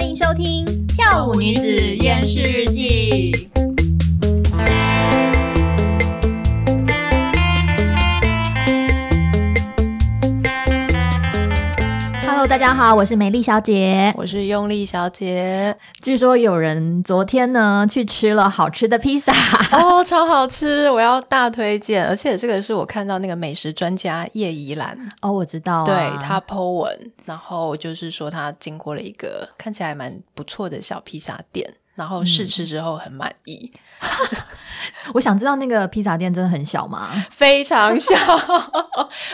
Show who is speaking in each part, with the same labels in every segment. Speaker 1: 迎收听《跳舞女子厌世日记》。Hello，大家好，我是美丽小姐。
Speaker 2: 我是用力小姐
Speaker 1: 据说有人昨天呢去吃了好吃的披萨，
Speaker 2: 哦， 超好吃，我要大推荐！而且这个是我看到那个美食专家叶怡兰，
Speaker 1: 哦，我知道、啊，
Speaker 2: 对她 Po 文，然后就是说她经过了一个看起来蛮不错的小披萨店，然后试吃之后很满意，
Speaker 1: 我想知道那个披萨店真的很小吗？
Speaker 2: 非常小。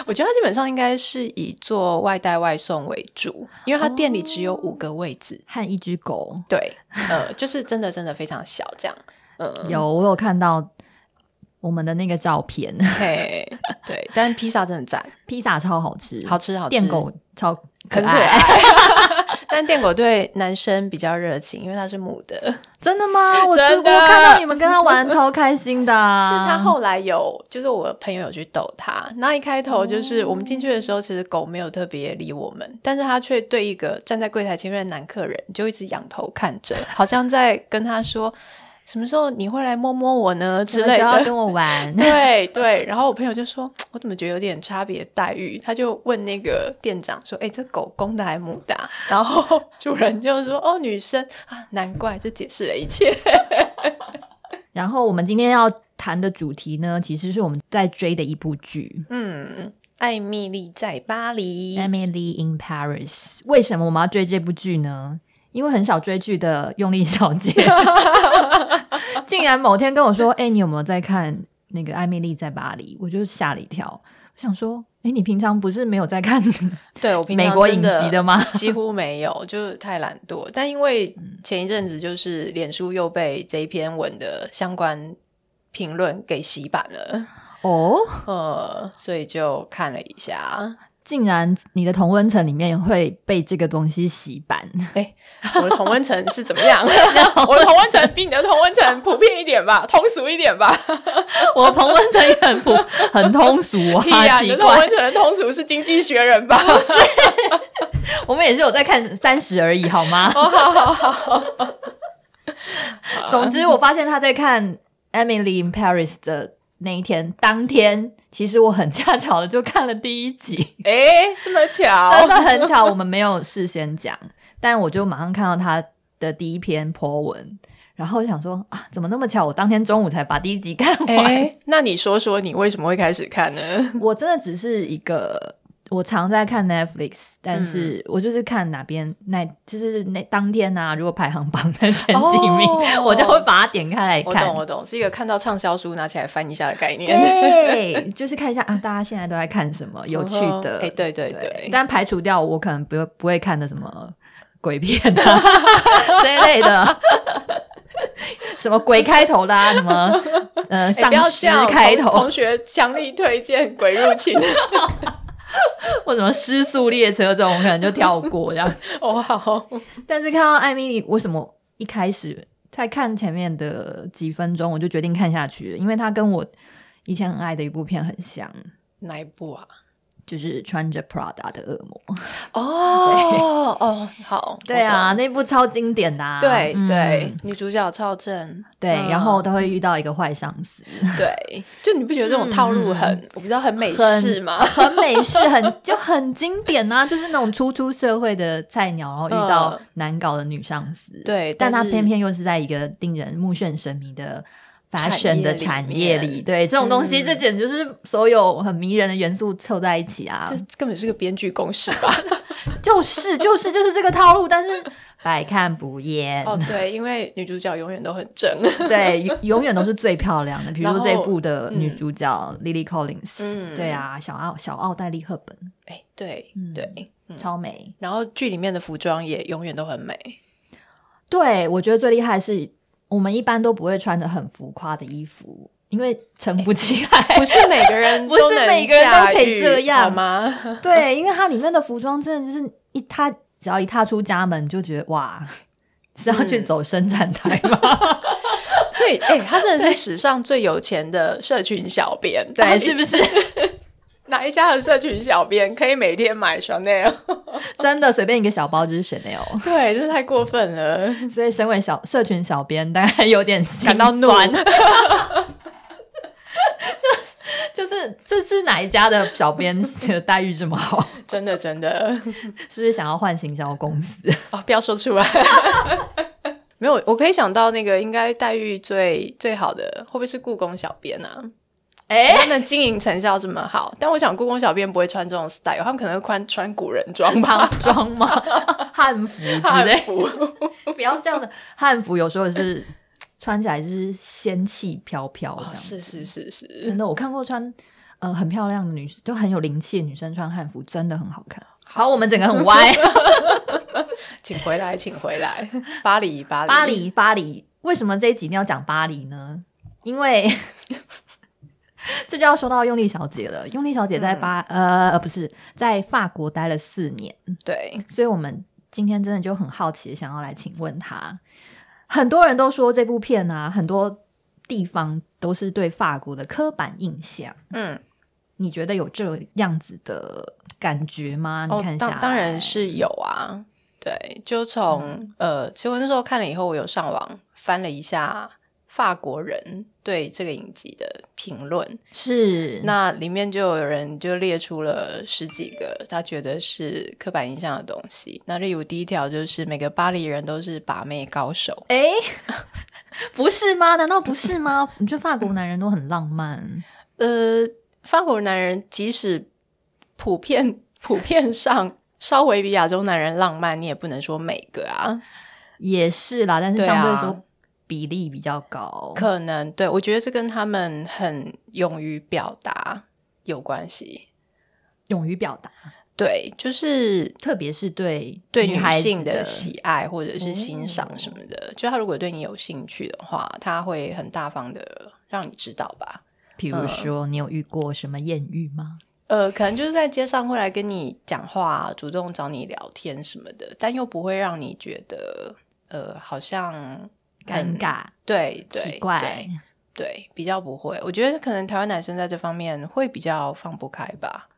Speaker 2: 我觉得它基本上应该是以做外带外送为主，因为它店里只有五个位置，
Speaker 1: 和一只狗，
Speaker 2: 对，呃，就是真的真的非常小这样，嗯，
Speaker 1: 有我有看到我们的那个照片，
Speaker 2: 嘿，对，但披萨真的赞，
Speaker 1: 披萨超好吃，
Speaker 2: 好吃好吃，
Speaker 1: 电狗超可
Speaker 2: 很可
Speaker 1: 爱，
Speaker 2: 爱。 但电狗对男生比较热情，因为它是母的。
Speaker 1: 真的 吗？我
Speaker 2: 真
Speaker 1: 我
Speaker 2: 的
Speaker 1: 看到你们跟他玩 超开心的啊、
Speaker 2: 是它后来有，就是我朋友有去逗它。那一开头就是我们进去的时候，其实狗没有特别理我们，但是它却对一个站在柜台前面的男客人就一直仰头看着，好像在跟他说什么时候你会来摸摸我呢
Speaker 1: 什
Speaker 2: 之
Speaker 1: 么
Speaker 2: 类
Speaker 1: 时候要
Speaker 2: 的。
Speaker 1: 跟我玩？
Speaker 2: 对对，然后我朋友就说，我怎么觉得有点差别待遇？他就问那个店长说，哎、这狗公的还母的啊、 然后主人就说，哦，女生啊，难怪，这解释了一切。
Speaker 1: 然后我们今天要谈的主题呢，其实是我们在追的一部剧
Speaker 2: 嗯，艾米丽在巴黎
Speaker 1: 《Emily in Paris》。为什么我们要追这部剧呢？因为很少追剧的用力小 姐， 竟然某天跟我说：“哎、你有没有在看那个《艾米丽在巴黎》？”我就吓了一跳，我想说：“哎、你平常不是没有在看
Speaker 2: 对我平常
Speaker 1: 美国
Speaker 2: 真
Speaker 1: 影集的吗？”
Speaker 2: 几乎没有，就是太懒惰。但因为
Speaker 1: 嗯
Speaker 2: 前一阵子就是脸书又被这一篇文的相关评论给洗版 了，
Speaker 1: 哦，
Speaker 2: 呃，所以就看了一下。
Speaker 1: 竟然你的同温层里面会被这个东西洗 版，
Speaker 2: 我的同温层是怎么 样？我的同温层比你的同温层普遍一点吧， 通俗一点吧。
Speaker 1: 我同温层也很普 很通俗
Speaker 2: 屁呀、
Speaker 1: 啊，
Speaker 2: 你
Speaker 1: 奇
Speaker 2: 的同温
Speaker 1: 怪，
Speaker 2: 层的通俗是《经济学人》 吧？
Speaker 1: 我们也是有在看三十而已，好 吗？
Speaker 2: 好哦好好好，
Speaker 1: 总之，我发现他在看《Emily in Paris》的那一天，当天其实我很恰巧的就看了第一集，
Speaker 2: 哎、这么巧，
Speaker 1: 真的很巧，我们没有事先讲，但我就马上看到他的第一篇 po 文，然后我就想说啊，怎么那么巧？我当天中午才把第一集看完，
Speaker 2: 哎、那你说说你为什么会开始看呢？
Speaker 1: 我真的只是一个，我常在看 Netflix，但是
Speaker 2: 嗯
Speaker 1: 我就是看哪边那，就是那当天啊，如果排行榜 在前几名，
Speaker 2: 哦
Speaker 1: 我就会把它点开来
Speaker 2: 我
Speaker 1: 看
Speaker 2: 懂，。我懂，是一个看到畅销书拿起来翻一下的概念。嗯
Speaker 1: 对， 就是看一下啊，大家现在都在看什么有趣的？
Speaker 2: 哎、对对
Speaker 1: 对
Speaker 2: 对，
Speaker 1: 但排除掉我可能不会不会看的什么鬼片啊 这一类的，什么鬼开头啦、 什么呃
Speaker 2: 哎
Speaker 1: 丧
Speaker 2: 不要这
Speaker 1: 尸
Speaker 2: 样
Speaker 1: 开
Speaker 2: 同
Speaker 1: 头
Speaker 2: 同，学强力推荐《鬼入侵》
Speaker 1: 或什么失速列车这种，我可能就跳过这样。
Speaker 2: 哦，好，
Speaker 1: 但是看到艾米丽，为什么一开始在看前面的几分钟，我就决定看下去了？因为它跟我以前很爱的一部片很像，
Speaker 2: 哪一部啊？
Speaker 1: 就是穿着 Prada 的恶魔。
Speaker 2: 哦哦， 好，
Speaker 1: 对啊，
Speaker 2: 我懂，
Speaker 1: 那部超经典的、啊。
Speaker 2: 对、
Speaker 1: 嗯
Speaker 2: 对，女主角超正，
Speaker 1: 对，
Speaker 2: 嗯
Speaker 1: 然后他会遇到一个坏上司，
Speaker 2: 对，就你不觉得这种套路很，我不知道很美式吗？
Speaker 1: 嗯很美式，很就很经典啊，就是那种初出社会的菜鸟，然后遇到难搞的女上司。
Speaker 2: 对
Speaker 1: 但
Speaker 2: 但
Speaker 1: 他
Speaker 2: 是
Speaker 1: 偏偏又是在一个令人目眩神迷的 fashion 的产业
Speaker 2: 产业
Speaker 1: 里，
Speaker 2: 里
Speaker 1: 对这种东西，
Speaker 2: 嗯
Speaker 1: 这简直就是所有很迷人的元素凑在一起啊
Speaker 2: 这！根本是个编剧公式 吧？
Speaker 1: 就是就是就是这个套路， 但是百看不厌。
Speaker 2: 哦，对，因为女主角永远都很正。
Speaker 1: 对，永永远都是最漂亮的。比如说
Speaker 2: 然后
Speaker 1: 这一部的女主角 Lily Collins，、
Speaker 2: 嗯
Speaker 1: 对啊，小奥小奥黛丽赫本、
Speaker 2: 哎、对、
Speaker 1: 嗯
Speaker 2: 对，嗯。
Speaker 1: 超美。
Speaker 2: 然后剧里面的服装也永远都很美，
Speaker 1: 对，我觉得最厉害是我们一般都不会穿着很浮夸的衣服，因为撑不起来。
Speaker 2: 不是每 个人
Speaker 1: 不是
Speaker 2: 都能
Speaker 1: 每个人都可以
Speaker 2: 驾驭
Speaker 1: 这样
Speaker 2: 好吗？
Speaker 1: 对，因为它里面的服装真的就是一踏只要一踏出家门，就觉得哇， 是要去
Speaker 2: 嗯
Speaker 1: 走伸展台吗？
Speaker 2: 所以，哎、他真的是史上最有钱的社群小编，
Speaker 1: 对，是不是？
Speaker 2: 哪一家的社群小编可以每天买 Chanel？
Speaker 1: 真的随便一个小包就是 Chanel，
Speaker 2: 对，真是太过分了，
Speaker 1: 所以身为小社群小编，大概有点心
Speaker 2: 感到怒
Speaker 1: 酸。 就是这是哪一家的小编的待遇这么好？
Speaker 2: 真的真的
Speaker 1: 是不是想要换行销公司？
Speaker 2: 啊、不要说出来。 没有，我可以想到那个应该待遇最最好的，会不会是故宫小编啊？
Speaker 1: 哎、
Speaker 2: 他们经营成效这么好，但我想故宫小编不会穿这种 style，他们可能会穿穿古人装吧，
Speaker 1: 唐装吗？ 汉服之
Speaker 2: 汉
Speaker 1: 类，
Speaker 2: 服。
Speaker 1: 不要这样的。汉服有时候也是穿起来就是仙气飘飘这样。
Speaker 2: 哦是是是是
Speaker 1: 真，的，我看过穿呃很漂亮的女，就很有灵气的女生穿汉服，真的很好看。好，我们整个很歪。
Speaker 2: 请回来，请回 来，巴黎，巴黎，
Speaker 1: 巴，黎，巴黎，为什么这一集一定要讲巴黎呢？因为这就要说到用力小姐了。用力小姐在巴、呃呃不是在法国待了四年，
Speaker 2: 对，
Speaker 1: 所以我们今天真的就很好奇，想要来请问她。很多人都说这部片啊，很多地方都是对法国的刻板印象。
Speaker 2: 嗯，
Speaker 1: 你觉得有这样子的感觉吗？你
Speaker 2: 哦
Speaker 1: 看，下来、
Speaker 2: 当当然是有啊，对，就从、呃，其实我那时候看了以后，我有上网翻了一下法国人对这个影集的评论，
Speaker 1: 是
Speaker 2: 那里面就有人就列出了十几个他觉得是刻板印象的东西。那例如第一条就是每个巴黎人都是把妹高手，
Speaker 1: 哎， 不是吗？难道不是吗？你觉得法国男人都很浪漫？
Speaker 2: 呃，法国男人即使普遍 普遍上。稍微比亚洲男人浪漫，你也不能说每个啊，
Speaker 1: 也是啦，但是
Speaker 2: 对啊
Speaker 1: 相对来说比例比较高。
Speaker 2: 可能对我觉得这跟他们很勇于表达有关系。
Speaker 1: 勇于表达，
Speaker 2: 对，就是
Speaker 1: 特别是对
Speaker 2: 对
Speaker 1: 女
Speaker 2: 女
Speaker 1: 孩子
Speaker 2: 性
Speaker 1: 的
Speaker 2: 喜爱或者是欣
Speaker 1: 哦
Speaker 2: 赏什么的，就他如果对你有兴趣的话，他会很大方的让你知道吧。
Speaker 1: 比
Speaker 2: 嗯
Speaker 1: 如说，你有遇过什么艳遇吗？
Speaker 2: 呃，可能就是在街上会来跟你讲话、主动找你聊天什么的，但又不会让你觉得呃好像
Speaker 1: 尴
Speaker 2: 很
Speaker 1: 尬、
Speaker 2: 对嗯对
Speaker 1: 奇怪
Speaker 2: 对，对比较不会。我觉得可能台湾男生在这方面会比较放不开吧。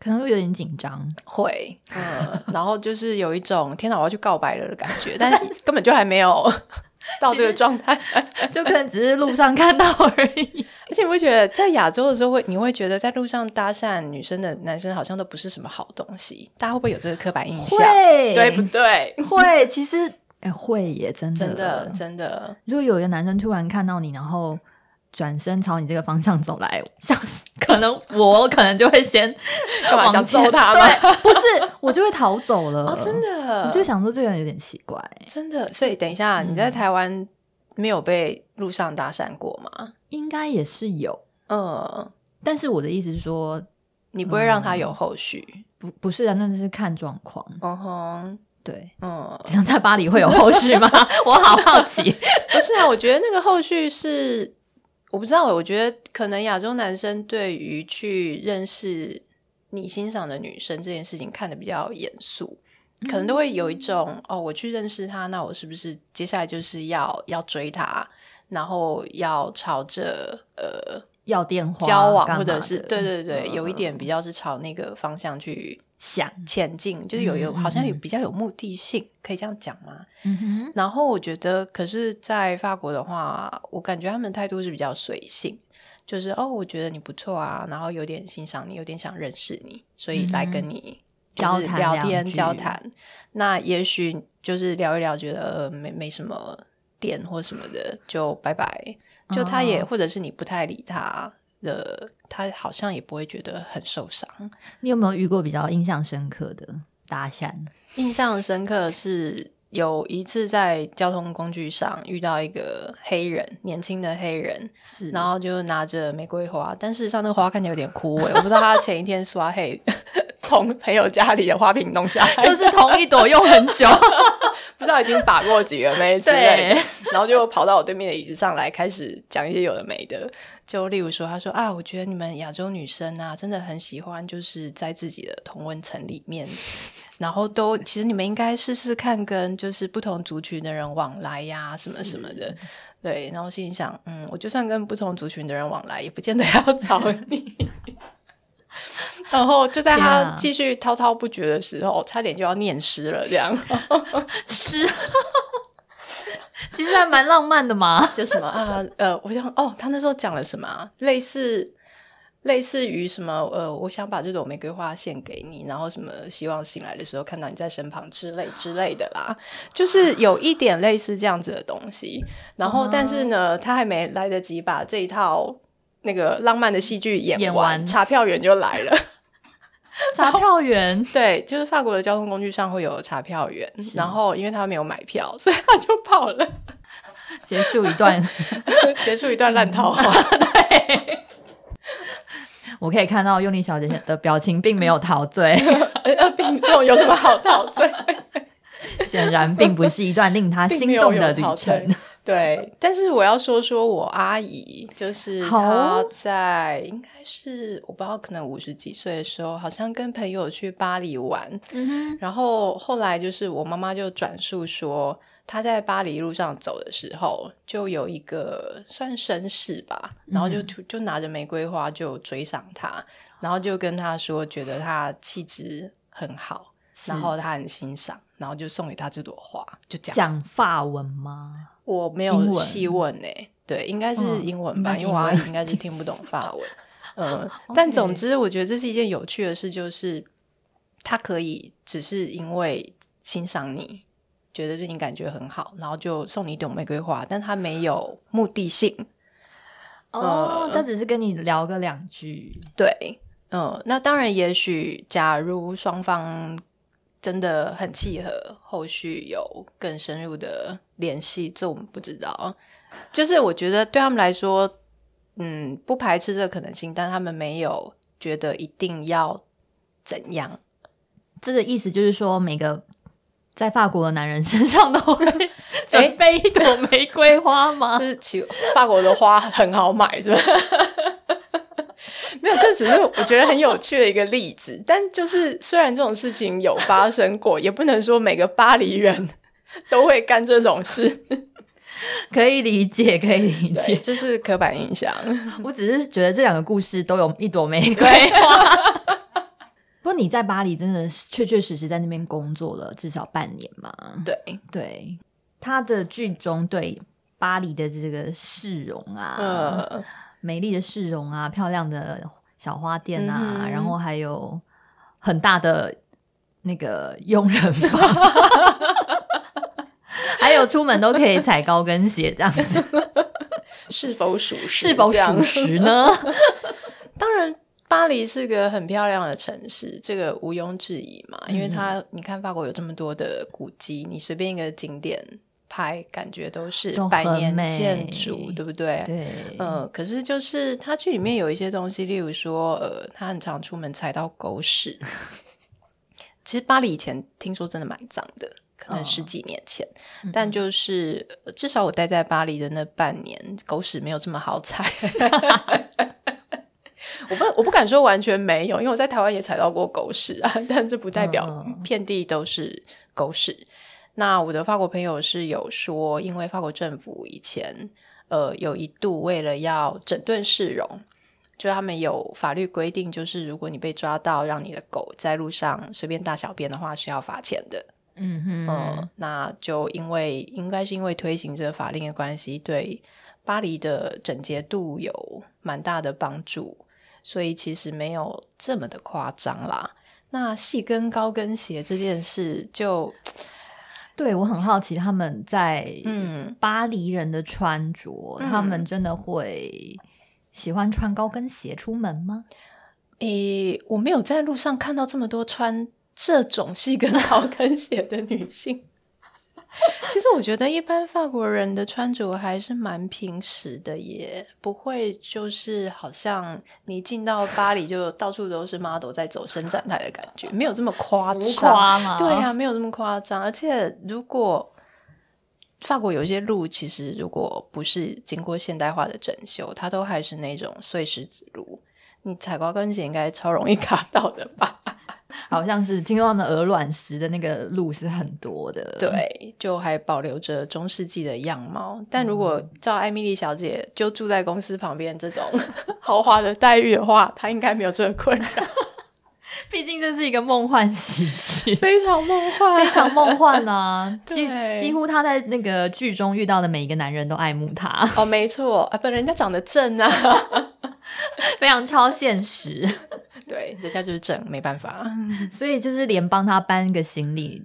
Speaker 1: 可能会有点紧张。
Speaker 2: 会，嗯，然后就是有一种天哪，我要去告白了的感觉，但 是根本就还没有 到这个状态。
Speaker 1: 就可能只是路上看到而已。
Speaker 2: 而且你会觉得，在亚洲的时候会，你会觉得在路上搭讪女生的男生好像都不是什么好东西，大家会不会有这个刻板印象？
Speaker 1: 会，
Speaker 2: 对不对？
Speaker 1: 会，其实哎、会耶，真的
Speaker 2: 真的，真的，
Speaker 1: 如果有一个男生突然看到你，然后转身朝你这个方向走来， 像是可能我可能就会先
Speaker 2: 干嘛
Speaker 1: 往
Speaker 2: 想
Speaker 1: 前
Speaker 2: 揍他吗？
Speaker 1: 对，不是，我就会逃走了。
Speaker 2: 哦，真，
Speaker 1: 我
Speaker 2: 的，
Speaker 1: 就想说这个人有点奇怪。
Speaker 2: 真的。嗯所以等一下，你在台湾没有被路上搭讪过吗？
Speaker 1: 应该也是有，
Speaker 2: 嗯，
Speaker 1: 但是我的意思是说，
Speaker 2: 你不会让他有后续。
Speaker 1: 不不是啊，那是看状况。
Speaker 2: 嗯哼，
Speaker 1: 对，
Speaker 2: 嗯。
Speaker 1: 怎样在巴黎会有后续 吗？我好好奇。
Speaker 2: 不是啊，我觉得那个后续是我不知道，欸我觉得可能亚洲男生对于去认识你欣赏的女生这件事情看得比较严肃，可能都会有一
Speaker 1: 嗯
Speaker 2: 种哦，我去认识她，那我是不是接下来就是要要追她，然后要朝着呃
Speaker 1: 要电话
Speaker 2: 交往
Speaker 1: 干
Speaker 2: 或
Speaker 1: 嘛
Speaker 2: 者
Speaker 1: 的
Speaker 2: 是对对对，
Speaker 1: 嗯
Speaker 2: 有一点比较是朝那个方向去
Speaker 1: 想，
Speaker 2: 前进，就是有有
Speaker 1: 嗯嗯
Speaker 2: 好像有
Speaker 1: 嗯
Speaker 2: 比较有目的性，可以这样讲吗？
Speaker 1: 嗯哼，
Speaker 2: 然后我觉得，可是，在法国的话，我感觉他们的态度是比较随性，就是哦，我觉得你不错啊，然后有点欣赏你，有点想认识你，所以来跟你
Speaker 1: 嗯
Speaker 2: 就
Speaker 1: 交
Speaker 2: 是
Speaker 1: 谈
Speaker 2: 聊
Speaker 1: 两
Speaker 2: 天
Speaker 1: 句
Speaker 2: 交谈。那也许就是聊一聊，觉得、呃、没没什么点或什么的，就拜拜。就他也，
Speaker 1: 哦
Speaker 2: 或者是你不太理他的，他好像也不会觉得很受伤。
Speaker 1: 你有没有遇过比较印象深刻的搭讪？
Speaker 2: 印象深刻的是有一次在交通工具上遇到一个黑人，年轻的黑人，
Speaker 1: 是，
Speaker 2: 然后就拿着玫瑰花，但事实上那个花看起来有点枯萎，我不知道他前一天刷黑 从朋友家里的花瓶弄下 来，
Speaker 1: 就是同一朵用很久，
Speaker 2: 不知道已经把过几个妹之类的，然后就跑到我对面的椅子上来，开始讲一些有的没的。就例如说，他说啊，我觉得你们亚洲女生啊，真的很喜欢就是在自己的同温层里面，然后都其实你们应该试试看跟就是不同族群的人往来呀、什么什么的。对，然后心里想，嗯，我就算跟不同族群的人往来，也不见得要找你。然后就在
Speaker 1: 天
Speaker 2: 他
Speaker 1: 啊
Speaker 2: 继续滔滔不绝的时候，差点就要念诗了，这样
Speaker 1: 是， 其实还蛮浪漫的 嘛。
Speaker 2: 就什么啊呃，我想哦，他那时候讲了什么啊、类似类似于什么呃，我想把这朵玫瑰花献给你，然后什么希望醒来的时候看到你在身旁之类之类的啦，就是有一点类似这样子的东西。然后但是
Speaker 1: 哦
Speaker 2: 呢，他还没来得及把这一套。那个浪漫的戏剧演
Speaker 1: 演完
Speaker 2: 查票员就来 了。
Speaker 1: 查票员
Speaker 2: 对，就是法国的交通工具上会有查票员，然后因为他没有买票，所以他就跑 了，
Speaker 1: 结束一段，
Speaker 2: 结束一段烂桃花。
Speaker 1: 我可以看到用力小姐的表情并没有陶 醉，
Speaker 2: 呃，并这种有什么好陶醉？
Speaker 1: 显然并不是一段令她啊
Speaker 2: 并
Speaker 1: 心
Speaker 2: 没有
Speaker 1: 动
Speaker 2: 有
Speaker 1: 的旅
Speaker 2: 陶醉
Speaker 1: 程。。
Speaker 2: 对，但是我要说说我阿姨，就是呃
Speaker 1: 好
Speaker 2: 她在应该是我不知道，可能五十几岁的时候，好像跟朋友去巴黎玩，
Speaker 1: 嗯
Speaker 2: 然后后来就是我妈妈就转述说，她在巴黎路上走的时候，就有一个算绅士吧，
Speaker 1: 嗯
Speaker 2: 然后就突就拿着玫瑰花就追上他，然后就跟他说，觉得他气质很好，
Speaker 1: 是
Speaker 2: 然后他很欣赏，然后就送给他这朵花，就这样。
Speaker 1: 讲法文吗？
Speaker 2: 我没
Speaker 1: 英
Speaker 2: 有
Speaker 1: 文
Speaker 2: 细问呢、对，应该是
Speaker 1: 嗯
Speaker 2: 英文
Speaker 1: 应
Speaker 2: 吧，
Speaker 1: 该是
Speaker 2: 因为我
Speaker 1: 英
Speaker 2: 阿
Speaker 1: 文
Speaker 2: 姨应该是听不懂法 文。嗯，但总之，我觉得这是一件有趣的事，就是他可以只是因为欣赏你，觉得对你感觉很好，然后就送你一朵玫瑰花，但他没有目的性。
Speaker 1: 哦，他只是跟你聊个两句，
Speaker 2: 对，嗯，那当然，也许假如双方真的很契合，后续有更深入的联系，这我们不知道。就是我觉得对他们来说，嗯，不排斥这个可能性，但他们没有觉得一定要怎样。
Speaker 1: 这个意思就是说，每个在法国的男人身上都会准备一朵玫瑰花吗？
Speaker 2: 就是其法国的花很好买，是吧？ 没有，这只是我觉得很有趣的一个例子。但就是虽然这种事情有发生过，也不能说每个巴黎人都会干这种 事，
Speaker 1: 可以理解，可以理
Speaker 2: 对，
Speaker 1: 解。
Speaker 2: 就是刻板印象。
Speaker 1: 我只是觉得这两个故事都有一朵玫瑰花。不过你在巴黎真的是确确实实在那边工作了至少半年嘛？
Speaker 2: 对，
Speaker 1: 对，他的剧中对巴黎的这个市容啊，
Speaker 2: 呃，
Speaker 1: 美丽的市容啊，漂亮的小花店
Speaker 2: 嗯
Speaker 1: 啊，
Speaker 2: 哼
Speaker 1: 然后还有很大的那个佣人吧，还有出门都可以踩高跟鞋这样子，
Speaker 2: 是否属实？
Speaker 1: 是否
Speaker 2: 这样
Speaker 1: 属？实呢？
Speaker 2: 当然，巴黎是个很漂亮的城市，这个毋庸置疑嘛。因为它，你看法国有这么多的古迹，你随便一个景点拍，感觉都是
Speaker 1: 都很
Speaker 2: 百年
Speaker 1: 美
Speaker 2: 建筑，对不 对？
Speaker 1: 对，
Speaker 2: 呃，可是就是它剧里面有一些东西，例如说，呃，他很常出门踩到狗屎。其实巴黎以前听说真的蛮脏的，可能
Speaker 1: 哦
Speaker 2: 十几年前，但就是呃至少我待在巴黎的那半年，狗屎没有这么好踩。我不我不敢说完全没有，因为我在台湾也踩到过狗屎啊， 但这不代表
Speaker 1: 嗯
Speaker 2: 遍地都是狗屎。那我的法国朋友是有说，因为法国政府以前呃有一度为了要整顿市容，就他们有法律规定，就是如果你被抓到让你的狗在路上随便大小便的话是要罚钱的。
Speaker 1: 嗯哼
Speaker 2: 嗯，，那就因为应该是因为推行这个法令的关系，对巴黎的整洁度有蛮大的帮助，所以其实没有这么的夸张啦。那细跟高跟鞋这件事就，
Speaker 1: 对我很好奇他们在
Speaker 2: 嗯
Speaker 1: 巴黎人的穿着，
Speaker 2: 嗯
Speaker 1: 他们真的会喜欢穿高跟鞋出门吗？
Speaker 2: 诶、我没有在路上看到这么多穿这种细跟高跟鞋的女性。其实我觉得一般法国人的穿着还是蛮平实的耶，不会就是好像你进到巴黎就到处都是 model 在走伸展台的感觉，没有这么夸张。
Speaker 1: 吗
Speaker 2: 对啊呀、，没有那么夸张。而且如果法国有一些路，其实如果不是经过现代化的整修，它都还是那种碎石子路。你踩高跟鞋应该超容易 卡到的吧？
Speaker 1: 好像是听说他们鹅卵石的那个路是很多的，
Speaker 2: 对，就还保留着中世纪的样貌。但如果照艾米丽小姐就 住在公司旁边这种豪华的待遇的话，她应该没有这个困扰。，
Speaker 1: 毕竟这是一个梦幻喜剧
Speaker 2: 非常梦幻，
Speaker 1: 非常梦幻啊！ 几
Speaker 2: 对
Speaker 1: 几乎她在那个剧中遇到的每一个男人都爱慕她，
Speaker 2: 哦，没错啊，不，人家长得正啊，
Speaker 1: 非常超现实。
Speaker 2: 对，人家就是正，没办法。
Speaker 1: 所以就是连帮她搬个行李，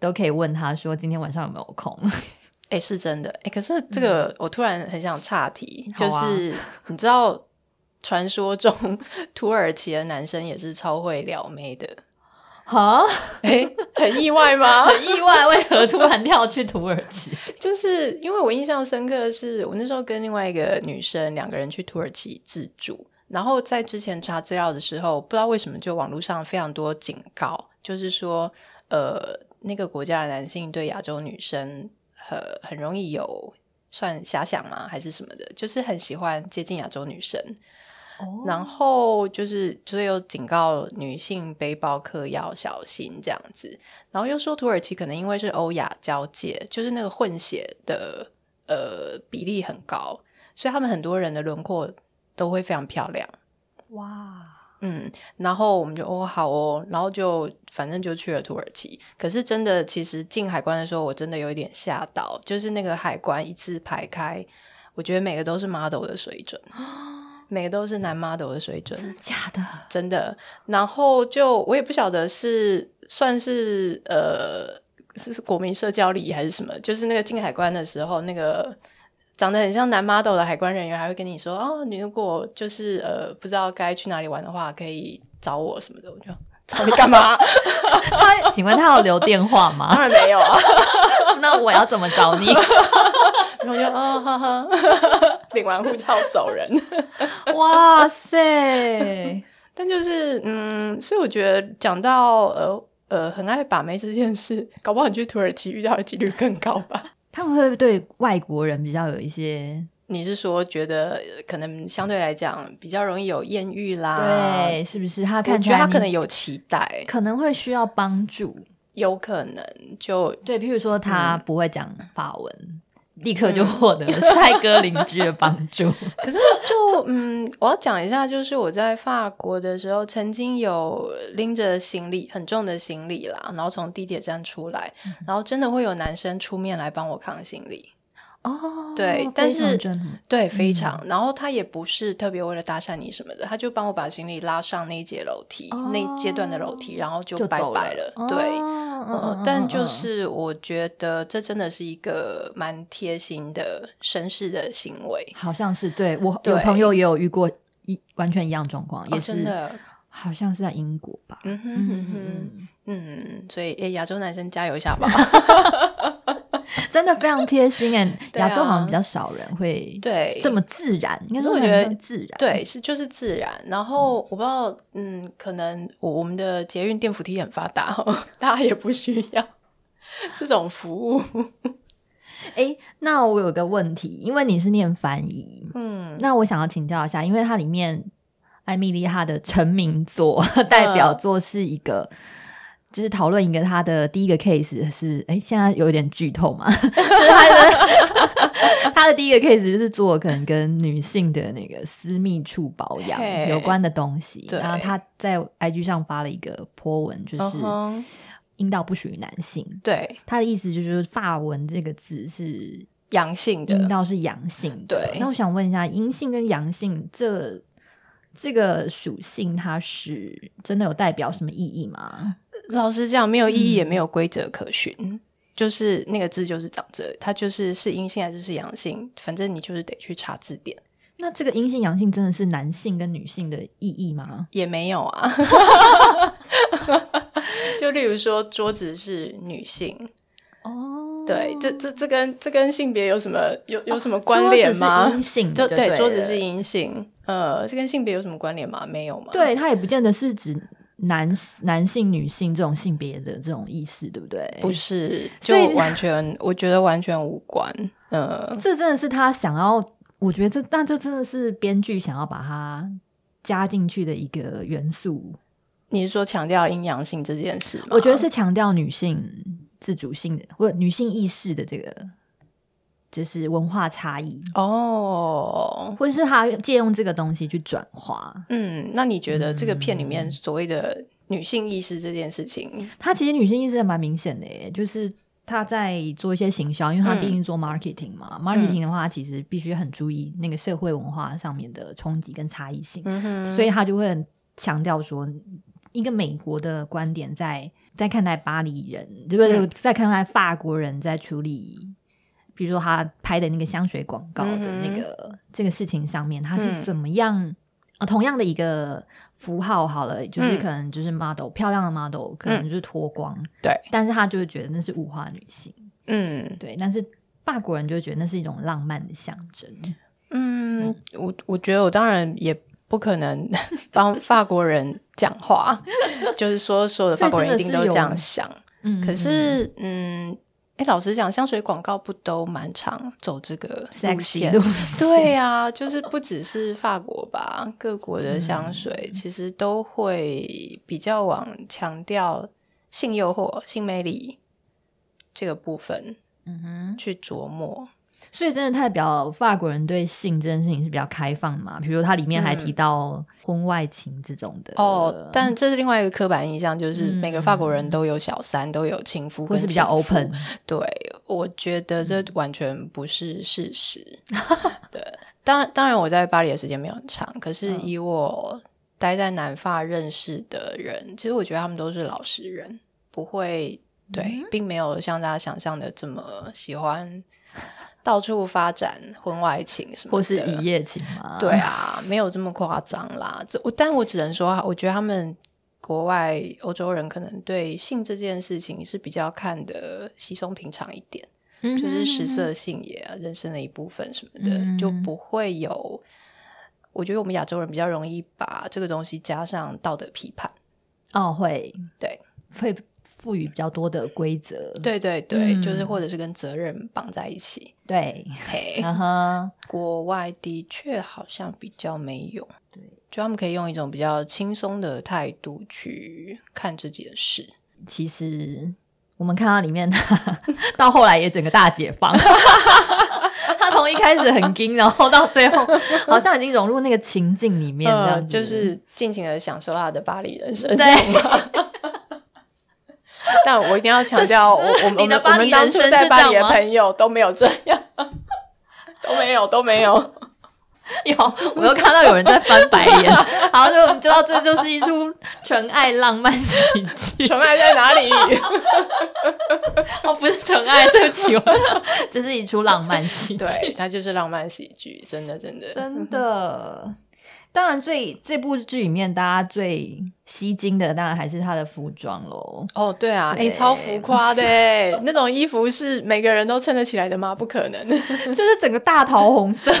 Speaker 1: 都可以问她说今天晚上有没有空。
Speaker 2: 哎、是真的。哎、可是这个我突然很想岔题，
Speaker 1: 好
Speaker 2: 就
Speaker 1: 啊
Speaker 2: 是你知道，传说中 土耳其的男生也是超会撩妹的。
Speaker 1: 哈，
Speaker 2: 哎、很意外吗？
Speaker 1: 很意外，为何突然跳去土耳其？
Speaker 2: 就是因为我印象深刻的是，我那时候跟另外一个女生两个人去土耳其自助，然后在之前查资料的时候，不知道为什么就网络上非常多警告，就是说，呃，那个国家的男性对亚洲女生很很容易有算遐想吗？还是什么的？就是很喜欢接近亚洲女生，
Speaker 1: 哦
Speaker 2: 然后就是，所以有警告女性背包客要小心这样子。然后又说土耳其可能因为是欧亚交界，就是那个混血的呃比例很高，所以他们很多人的轮廓都会非常漂亮。
Speaker 1: 哇，
Speaker 2: 嗯，然后我们就哦好哦，然后就反正就去了土耳其。可是真的，其实进海关的时候，我真的有一点吓到，就是那个海关一字排开，我觉得每个都是 model 的水准， 每个都是男 model 的水准。
Speaker 1: 真的假的？
Speaker 2: 真的。然后就我也不晓得是算是呃是是国民社交礼仪还是什么，就是那个进海关的时候，那个长得很像男 model 的海关人员还会跟你说哦，你如果就是呃不知道该去哪里玩的话，可以找我什么的。我就找你干嘛？
Speaker 1: 他请问他有留电话
Speaker 2: 当
Speaker 1: 吗？
Speaker 2: 然没有啊。
Speaker 1: 那我要怎么找你？
Speaker 2: 然后我就啊、哦、哈哈，领完护照走人。
Speaker 1: 哇塞，
Speaker 2: 但就是，嗯，所以我觉得讲到呃呃很爱把妹这件事，搞不好你去土耳其遇到的几率更高吧。
Speaker 1: 他们会不会对外国人比较有一些？
Speaker 2: 你是说觉得呃可能相对来讲比较容易有艳遇啦？，
Speaker 1: 对，是不是？他
Speaker 2: 啊我
Speaker 1: 看起
Speaker 2: 觉得
Speaker 1: 来
Speaker 2: 他
Speaker 1: 你
Speaker 2: 可能有期待，
Speaker 1: 可能会需要帮助。
Speaker 2: 有可能就
Speaker 1: 对，譬如说
Speaker 2: 嗯
Speaker 1: 他不会讲法文，立刻就获得了帅哥邻居的帮 助。
Speaker 2: 可是就嗯，我要讲一下，就是我在法国的时候，曾经有拎着行李很重的行李啦，然后从地铁站出来，
Speaker 1: 嗯
Speaker 2: 然后真的会有男生出面来帮我扛行李。
Speaker 1: 哦，
Speaker 2: 对
Speaker 1: 非
Speaker 2: 但
Speaker 1: 常
Speaker 2: 是
Speaker 1: 真的
Speaker 2: 对，非常。然后他也不是特别为了搭讪你什么的，他就帮我把行李拉上那一节楼梯，
Speaker 1: 哦
Speaker 2: 那一阶段的楼梯，然后就
Speaker 1: 就
Speaker 2: 拜
Speaker 1: 走
Speaker 2: 拜
Speaker 1: 了
Speaker 2: 了。。对，
Speaker 1: 哦嗯嗯
Speaker 2: 呃
Speaker 1: 嗯，
Speaker 2: 但就
Speaker 1: 嗯
Speaker 2: 是我觉得这真的是一个蛮贴心的绅士的行为，
Speaker 1: 好像是对我
Speaker 2: 对
Speaker 1: 有朋友也有遇过一完全一样状况，也
Speaker 2: 哦、
Speaker 1: 是、
Speaker 2: 真的，
Speaker 1: 好像是在英国吧。
Speaker 2: 嗯哼
Speaker 1: 嗯
Speaker 2: 嗯哼
Speaker 1: 嗯
Speaker 2: 嗯，所以诶亚洲男生加油一下吧。
Speaker 1: 嗯，真的非常贴心 哎、
Speaker 2: 对啊
Speaker 1: 亚洲好像比较少人会
Speaker 2: 对
Speaker 1: 这么自然，应该说
Speaker 2: 我觉
Speaker 1: 很
Speaker 2: 得
Speaker 1: 像自然。
Speaker 2: 对，是就是自然。然后我不知道，嗯，可能我我们的捷运电扶梯很发达哦， 大家也不需要 这种服务。
Speaker 1: 哎，那我有个问题，因为你是念翻译，
Speaker 2: 嗯，
Speaker 1: 那我想要请教一下，因为它里面艾米丽她的成名作
Speaker 2: 嗯
Speaker 1: 代表作是一个。就是讨论一个她的第一个 case 是，哎、现在有点剧透嘛， 就是她的她的第一个 case 就是做可能跟女性的那个私密处保养
Speaker 2: 嘿
Speaker 1: 有关的东西，
Speaker 2: 对
Speaker 1: 然后她在 IG 上发了一个 po 文，就是
Speaker 2: 嗯哼
Speaker 1: 阴道不属于男性，
Speaker 2: 对，
Speaker 1: 她的意思就是法文这个字是
Speaker 2: 阳
Speaker 1: 阴
Speaker 2: 性的。
Speaker 1: 道是阳性的。
Speaker 2: 对
Speaker 1: 那我想问一下，阴性跟阳性这这个属性，它是真的有代表什么意义吗？
Speaker 2: 老实讲，没有意
Speaker 1: 嗯
Speaker 2: 义，也没有规则可循。就是那个字就是长这，它就是是阴性还是是阳性，反正你就是得去查字典。
Speaker 1: 那这个阴性阳性真的是男性跟女性的意义吗？
Speaker 2: 也没有啊。 就例如说，桌子是女性，
Speaker 1: 哦，
Speaker 2: 对，这这这跟这跟性别有什么有有什么关
Speaker 1: 桌
Speaker 2: 联
Speaker 1: 哦子
Speaker 2: 吗
Speaker 1: 是？阴性
Speaker 2: 就
Speaker 1: 的，对
Speaker 2: 对，
Speaker 1: 了
Speaker 2: 桌子是阴性，呃，这跟性别有什么关联吗？没有嘛。
Speaker 1: 对，它也不见得是指男男性、女性这种性别的这种意识，对不对？
Speaker 2: 不是，就
Speaker 1: 所以
Speaker 2: 完全，我觉得完全无关。呃，
Speaker 1: 这真的是他想要，我觉得这那就真的是编剧想要把它加进去的一个元素。
Speaker 2: 你是说强调阴阳性这件事吗？
Speaker 1: 我觉得是强调女性自主性的或女性意识的这个，就是文化差异，
Speaker 2: 哦，
Speaker 1: 或者是他借用这个东西去转化。嗯
Speaker 2: 嗯，那你觉得这个片里面所谓的女性意识这件事情。
Speaker 1: 他其实女性意识还蛮明显的耶，就是他在做一些行销，因为他毕竟做 marketing 嘛、m a r k e t i n g 的话，它其实必须很注意那个社会文化上面的冲击跟差异性，
Speaker 2: 嗯哼，
Speaker 1: 所以他就会很强调说，一个美国的观点在在看待巴黎人，对不对？
Speaker 2: 嗯
Speaker 1: 在看待法国人在处理。比如说他拍的那个香水广告的那个、这个事情上面，他是
Speaker 2: 嗯
Speaker 1: 怎么样？呃，同样的一个符号好了，就是
Speaker 2: 嗯
Speaker 1: 可能就是 model、漂亮的 model，可能就是脱光，
Speaker 2: 对
Speaker 1: 但是他就会觉得那是物化女性，
Speaker 2: 嗯
Speaker 1: 对，但是法国人就会觉得那是一种浪漫的象征，
Speaker 2: 嗯，我我觉得我当然也不可能 帮法国人讲话，就是说所有的
Speaker 1: 所以
Speaker 2: 法国人一
Speaker 1: 真的是
Speaker 2: 定都这
Speaker 1: 有
Speaker 2: 样想。
Speaker 1: 嗯，
Speaker 2: 可是，嗯，哎、老实讲，香水广告不都蛮常走这个路
Speaker 1: sexy
Speaker 2: 线
Speaker 1: 路线，
Speaker 2: 对啊，就是不只是法国吧，各国的
Speaker 1: 嗯
Speaker 2: 香水其实都会比较往强调性诱惑、性魅力这个部分
Speaker 1: 嗯哼，
Speaker 2: 去琢磨。
Speaker 1: 所以真的代表法国人对性这件事情是比较开放嘛，比如它里面还提到婚外情这种的
Speaker 2: 嗯哦，但这是另外一个刻板印象，就是
Speaker 1: 嗯
Speaker 2: 每个法国人都有小三，都有情夫
Speaker 1: 或
Speaker 2: 跟
Speaker 1: 是比较
Speaker 2: 情妇
Speaker 1: open，
Speaker 2: 对，我觉得这
Speaker 1: 嗯
Speaker 2: 完全不是事实。 对，当然，当然我在巴黎的时间没有很长，可是
Speaker 1: 嗯
Speaker 2: 以我待在南法认识的人，其实我觉得他们都是老实人，不会对，
Speaker 1: 嗯
Speaker 2: 并没有像大家想象的这么喜欢到处发展婚外情什么的，
Speaker 1: 或是一夜情嘛，
Speaker 2: 对，啊， 没有这么夸张啦。这我，但我只能说，我觉得他们国外欧洲人可能对性这件事情是比较看得稀松平常一点，就是食色性也、啊，人生的一部分什么的，
Speaker 1: 嗯
Speaker 2: 就不会有。我觉得我们亚洲人比较容易把这个东西加上道德批判。
Speaker 1: 哦会
Speaker 2: 对
Speaker 1: 会赋予比较多的规则，
Speaker 2: 对对对，就是
Speaker 1: 嗯
Speaker 2: 或者是跟责任绑在一起。
Speaker 1: 对，嗯
Speaker 2: 嘿，
Speaker 1: 然后
Speaker 2: 国外的确好像比较没有，对，就他们可以用一种比较轻松的态度去看这件事。
Speaker 1: 其实我们看到里面，他 到后来也整个大解放。 他从一开始很硬，然后到最后好像已经融入那个情境里面，这样
Speaker 2: 呃，
Speaker 1: 子
Speaker 2: 就是尽情的享受他的巴黎人生，
Speaker 1: 对
Speaker 2: 这样吗？ 但我一定要强调， 我我们我
Speaker 1: 你的
Speaker 2: 们
Speaker 1: 巴
Speaker 2: 我
Speaker 1: 黎
Speaker 2: 们当初
Speaker 1: 人生
Speaker 2: 在
Speaker 1: 是
Speaker 2: 巴
Speaker 1: 这
Speaker 2: 黎
Speaker 1: 样
Speaker 2: 的
Speaker 1: 吗
Speaker 2: 朋友都没有这样， 都没有都 没有。
Speaker 1: 有，我又看到有人在翻白眼， 然后就我们知道这就是一出纯爱浪漫喜 剧。
Speaker 2: 纯爱在哪里？
Speaker 1: 哦，不是纯爱，对不起，我就是一出浪漫喜剧。
Speaker 2: 对，它就是浪漫喜剧，真的真的。
Speaker 1: 真的。当然最，这部剧里面大家最吸睛的，当然还是他的服装喽。
Speaker 2: 哦，对啊，哎、
Speaker 1: 对
Speaker 2: 超浮夸的欸，那种衣服是每个人都撑得起来的吗？不可能。
Speaker 1: 就是整个大桃红色，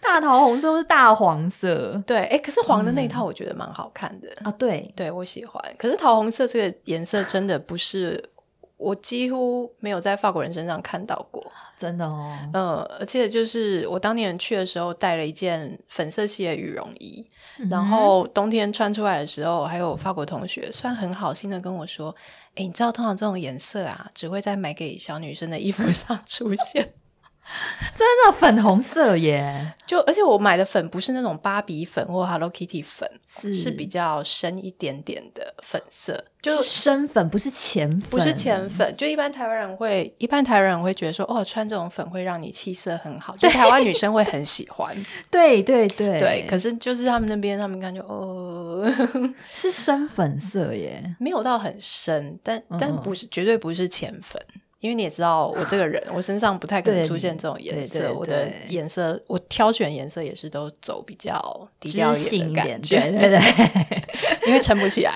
Speaker 1: 大桃红色或是大黄色
Speaker 2: 对，哎，可是黄的那一套我觉得蛮好看的，
Speaker 1: 啊，对，
Speaker 2: 对我喜欢。可是桃红色这个颜色真的不是我几乎没有在法国人身上看到过，
Speaker 1: 真的哦，
Speaker 2: 嗯，而且就是我当年去的时候带了一件粉色系的羽绒衣，然后冬天穿出来的时候，还有法国同学虽然很好心的跟我说，哎，你知道通常这种颜色啊，只会在买给小女生的衣服 上出现。
Speaker 1: 嗯真的粉红色耶，
Speaker 2: 就而且我买的粉不是那种芭比粉或 Hello Kitty 粉，
Speaker 1: 是
Speaker 2: 是比较深一点点的粉色，就是
Speaker 1: 深粉，不是浅粉，
Speaker 2: 不是浅粉。就一般台湾人会，一般台湾人会觉得说，哦，穿这种粉会让你气色很好，就台湾女生会很喜欢。
Speaker 1: 对对 对
Speaker 2: 对，可是就是他们那边，他们感觉哦，
Speaker 1: 是深粉色耶，
Speaker 2: 没有到很深，但
Speaker 1: 嗯
Speaker 2: 但不是，绝对不是浅粉。因为你也知道我这个人，我身上不太可能
Speaker 1: 对
Speaker 2: 出现这种颜色。
Speaker 1: 对对
Speaker 2: 我的
Speaker 1: 对
Speaker 2: 颜色，我挑选颜色也是都走比较低调
Speaker 1: 知性
Speaker 2: 一点的
Speaker 1: 一
Speaker 2: 感
Speaker 1: 点，
Speaker 2: 觉，
Speaker 1: 对对对，
Speaker 2: 因为撑不起来。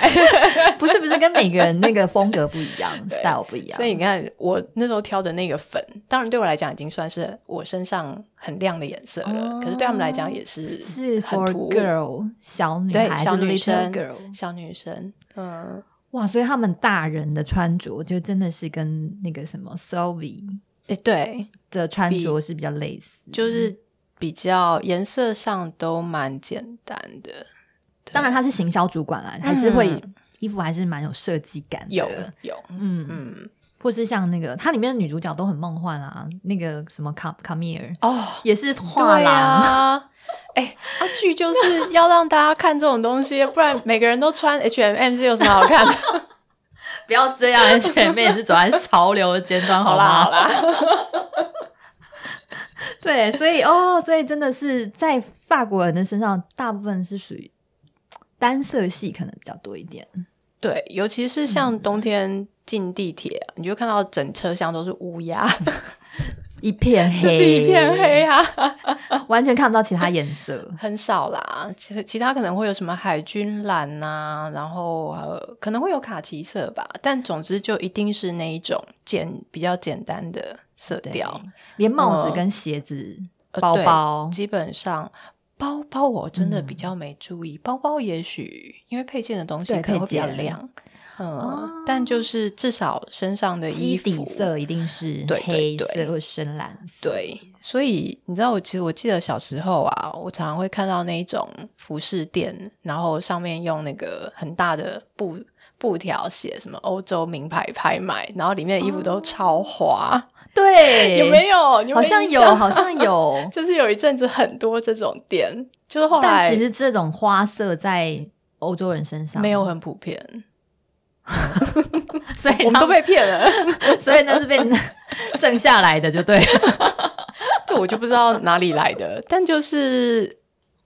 Speaker 1: 不是不是，跟每个人那个风格不一样
Speaker 2: 对
Speaker 1: ，style 不一样，
Speaker 2: 所以你看，我那时候挑的那个粉，当然对我来讲已经算是我身上很亮的颜色了，
Speaker 1: 哦
Speaker 2: 可是对他们来讲也是
Speaker 1: 是
Speaker 2: 很
Speaker 1: for
Speaker 2: 突兀
Speaker 1: girl 小女
Speaker 2: 对
Speaker 1: 孩，
Speaker 2: 小
Speaker 1: 是
Speaker 2: 女
Speaker 1: little
Speaker 2: 生
Speaker 1: girl，
Speaker 2: 小女生，嗯，
Speaker 1: 哇，所以他们大人的穿着就真的是跟那个什么 Sylvie
Speaker 2: 诶，对，
Speaker 1: 的穿着是比较类似，
Speaker 2: 就是比较颜色上都蛮简单的，
Speaker 1: 当然他是行销主管啦，还是会、衣服还是蛮有设计感的。
Speaker 2: 嗯有有，
Speaker 1: 嗯嗯，
Speaker 2: 嗯，
Speaker 1: 或是像那个它里面的女主角都很梦幻啊，那个什么卡卡米尔
Speaker 2: 哦，
Speaker 1: 也是画
Speaker 2: 对
Speaker 1: 廊，
Speaker 2: 呀，哎、啊剧就是要让大家看这种东西，不然每个人都穿 H M M 是有什么好看 的？
Speaker 1: 不要这样，全面是走在潮流的尖端，
Speaker 2: 好
Speaker 1: 吗？
Speaker 2: 啦好啦，
Speaker 1: 对，所以哦，所以真的是在法国人的身上，大部分是属于单色系，可能比较多一点。
Speaker 2: 对，尤其是像
Speaker 1: 嗯
Speaker 2: 冬天进地铁，你就看到整车厢都是乌鸦，
Speaker 1: 一片黑，
Speaker 2: 就是一片，黑啊，
Speaker 1: 完全看不到其他颜色。
Speaker 2: 很少啦。其其他可能会有什么海军蓝呐、然后呃可能会有卡其色吧，但总之就一定是那一种简比较简单的色
Speaker 1: 对
Speaker 2: 调。，
Speaker 1: 连帽子
Speaker 2: 嗯
Speaker 1: 跟鞋子、
Speaker 2: 呃
Speaker 1: 包
Speaker 2: 对
Speaker 1: 包，
Speaker 2: 基本上包包我真的比较没注意，包包也许因为配件的东西
Speaker 1: 嗯对
Speaker 2: 可能会比较
Speaker 1: 配件
Speaker 2: 亮，嗯，
Speaker 1: 哦
Speaker 2: 但就是至少身上的
Speaker 1: 基
Speaker 2: 衣服
Speaker 1: 底色一定是
Speaker 2: 对
Speaker 1: 黑
Speaker 2: 对
Speaker 1: 色
Speaker 2: 对
Speaker 1: 或深蓝色。
Speaker 2: 对，所以你知道我其实我记得小时候啊，我常常会看到那一种服饰店，然后上面用那个很大的布布条写什么欧洲名牌拍卖，然后里面的衣服都超花，
Speaker 1: 对，
Speaker 2: 有没有？你
Speaker 1: 哦好
Speaker 2: 没
Speaker 1: 像
Speaker 2: 印
Speaker 1: 有，
Speaker 2: 象。
Speaker 1: 好像有
Speaker 2: 就是有一阵子很多这种店，就是后来
Speaker 1: 但其实嗯这种花色在欧洲人身上
Speaker 2: 没有，很普遍，
Speaker 1: 所以
Speaker 2: 我们
Speaker 1: 他
Speaker 2: 都被骗了，
Speaker 1: 所以那是被剩下来的，就对了。
Speaker 2: 这我就不知道哪里来的，但就是。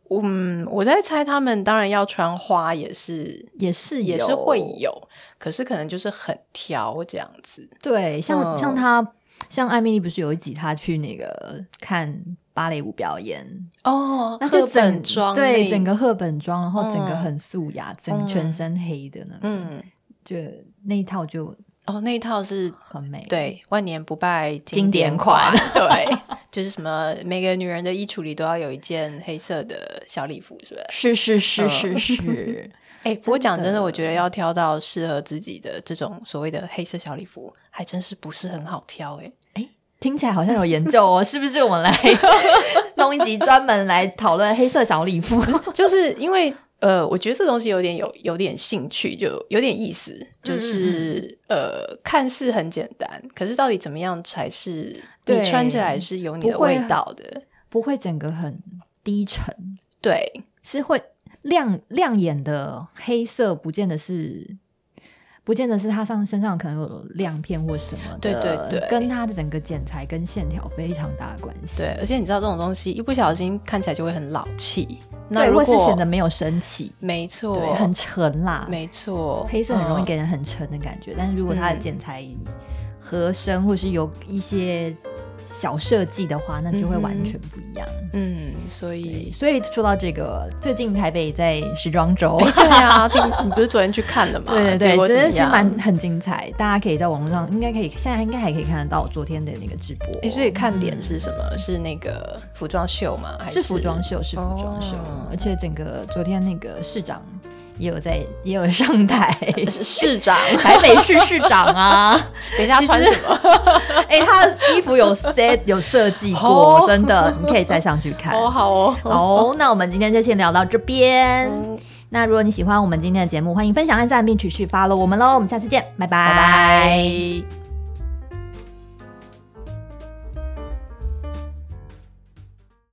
Speaker 2: 嗯，我在猜他们当然要穿花，也是
Speaker 1: 也是
Speaker 2: 也是
Speaker 1: 有
Speaker 2: 会有，可是可能就是很挑这样子。
Speaker 1: 对，像、像
Speaker 2: 嗯
Speaker 1: 他，像艾米丽不是有一集她去那个看芭蕾舞表演，
Speaker 2: 哦
Speaker 1: 那就整
Speaker 2: 装
Speaker 1: 对
Speaker 2: 那
Speaker 1: 整个赫本装，然后整个
Speaker 2: 嗯
Speaker 1: 很素雅，整
Speaker 2: 嗯
Speaker 1: 全身黑的呢，嗯，
Speaker 2: 嗯
Speaker 1: 就那一套就
Speaker 2: 哦那一套是
Speaker 1: 很美。，
Speaker 2: 对万年不败
Speaker 1: 经典
Speaker 2: 典
Speaker 1: 款
Speaker 2: 对， 就是什么每个女人的衣橱里都要有一件黑色的小礼服，是不
Speaker 1: 是
Speaker 2: 是？
Speaker 1: 是是
Speaker 2: 嗯
Speaker 1: 是 是，
Speaker 2: 哎、不过讲
Speaker 1: 真
Speaker 2: 真
Speaker 1: 的
Speaker 2: 的，我觉得要挑到适合自己的这种所谓的黑色小礼服，还真是不是很好挑哎、
Speaker 1: 听起来好像有研究 哦，是不是？我们来弄一集专门来讨论黑色小礼 服。
Speaker 2: 就是因为呃，我觉得这东西有点有有点兴趣，就有点意
Speaker 1: 嗯
Speaker 2: 思，就是呃，看似很简单，可是到底怎么样才是
Speaker 1: 对
Speaker 2: 你穿起来是有你的
Speaker 1: 不会
Speaker 2: 味道的？
Speaker 1: 不会整个很低沉，
Speaker 2: 对，
Speaker 1: 是会亮亮眼的黑色，不见得是，不见得是他上身上可能有亮片或什么的，
Speaker 2: 对对对
Speaker 1: 跟他的整个剪裁跟线条非常大的关系，
Speaker 2: 对，而且你知道这种东西一不小心看起来就会很老气，
Speaker 1: 对，
Speaker 2: 那如
Speaker 1: 或是显得
Speaker 2: 果
Speaker 1: 没有神奇，
Speaker 2: 没错
Speaker 1: 对，，很沉啦，
Speaker 2: 没错，
Speaker 1: 黑色很容易
Speaker 2: 嗯
Speaker 1: 给人很沉的感觉，但是如果它的
Speaker 2: 嗯
Speaker 1: 剪裁合身或是有一些小设计的话，那就会完
Speaker 2: 嗯哼
Speaker 1: 全不一样。
Speaker 2: 嗯，所以。
Speaker 1: 所以说到这个，最近台北在时装周。
Speaker 2: 对啊，听你不是昨天去看 了吗？
Speaker 1: 对对
Speaker 2: 结
Speaker 1: 对，
Speaker 2: 果
Speaker 1: 真
Speaker 2: 怎
Speaker 1: 的
Speaker 2: 么
Speaker 1: 是
Speaker 2: 样？
Speaker 1: 蛮很精彩，大家可以在网络上应该可以，现在应该还可以看得到我昨天的那个直播。
Speaker 2: 诶哎所以看点是什么？是那个服装秀吗？还
Speaker 1: 嗯是服装秀，是服装秀，
Speaker 2: 哦
Speaker 1: 而且整个昨天那个市长也有在，也有上台，
Speaker 2: 呃是市长，
Speaker 1: 台北市市长啊，
Speaker 2: 等一下
Speaker 1: 其实
Speaker 2: 穿什么？
Speaker 1: 哎、他的衣服有 set 有设计过，
Speaker 2: 哦
Speaker 1: 真的，你可以再上去看。
Speaker 2: 哦，好哦，
Speaker 1: 好，那我们今天就先聊到这边。
Speaker 2: 嗯
Speaker 1: 那如果你喜欢我们今天的节目，欢迎分享、按赞，并持续 follow 我们喽。我们下次见，拜
Speaker 2: 拜
Speaker 1: 拜
Speaker 2: 拜。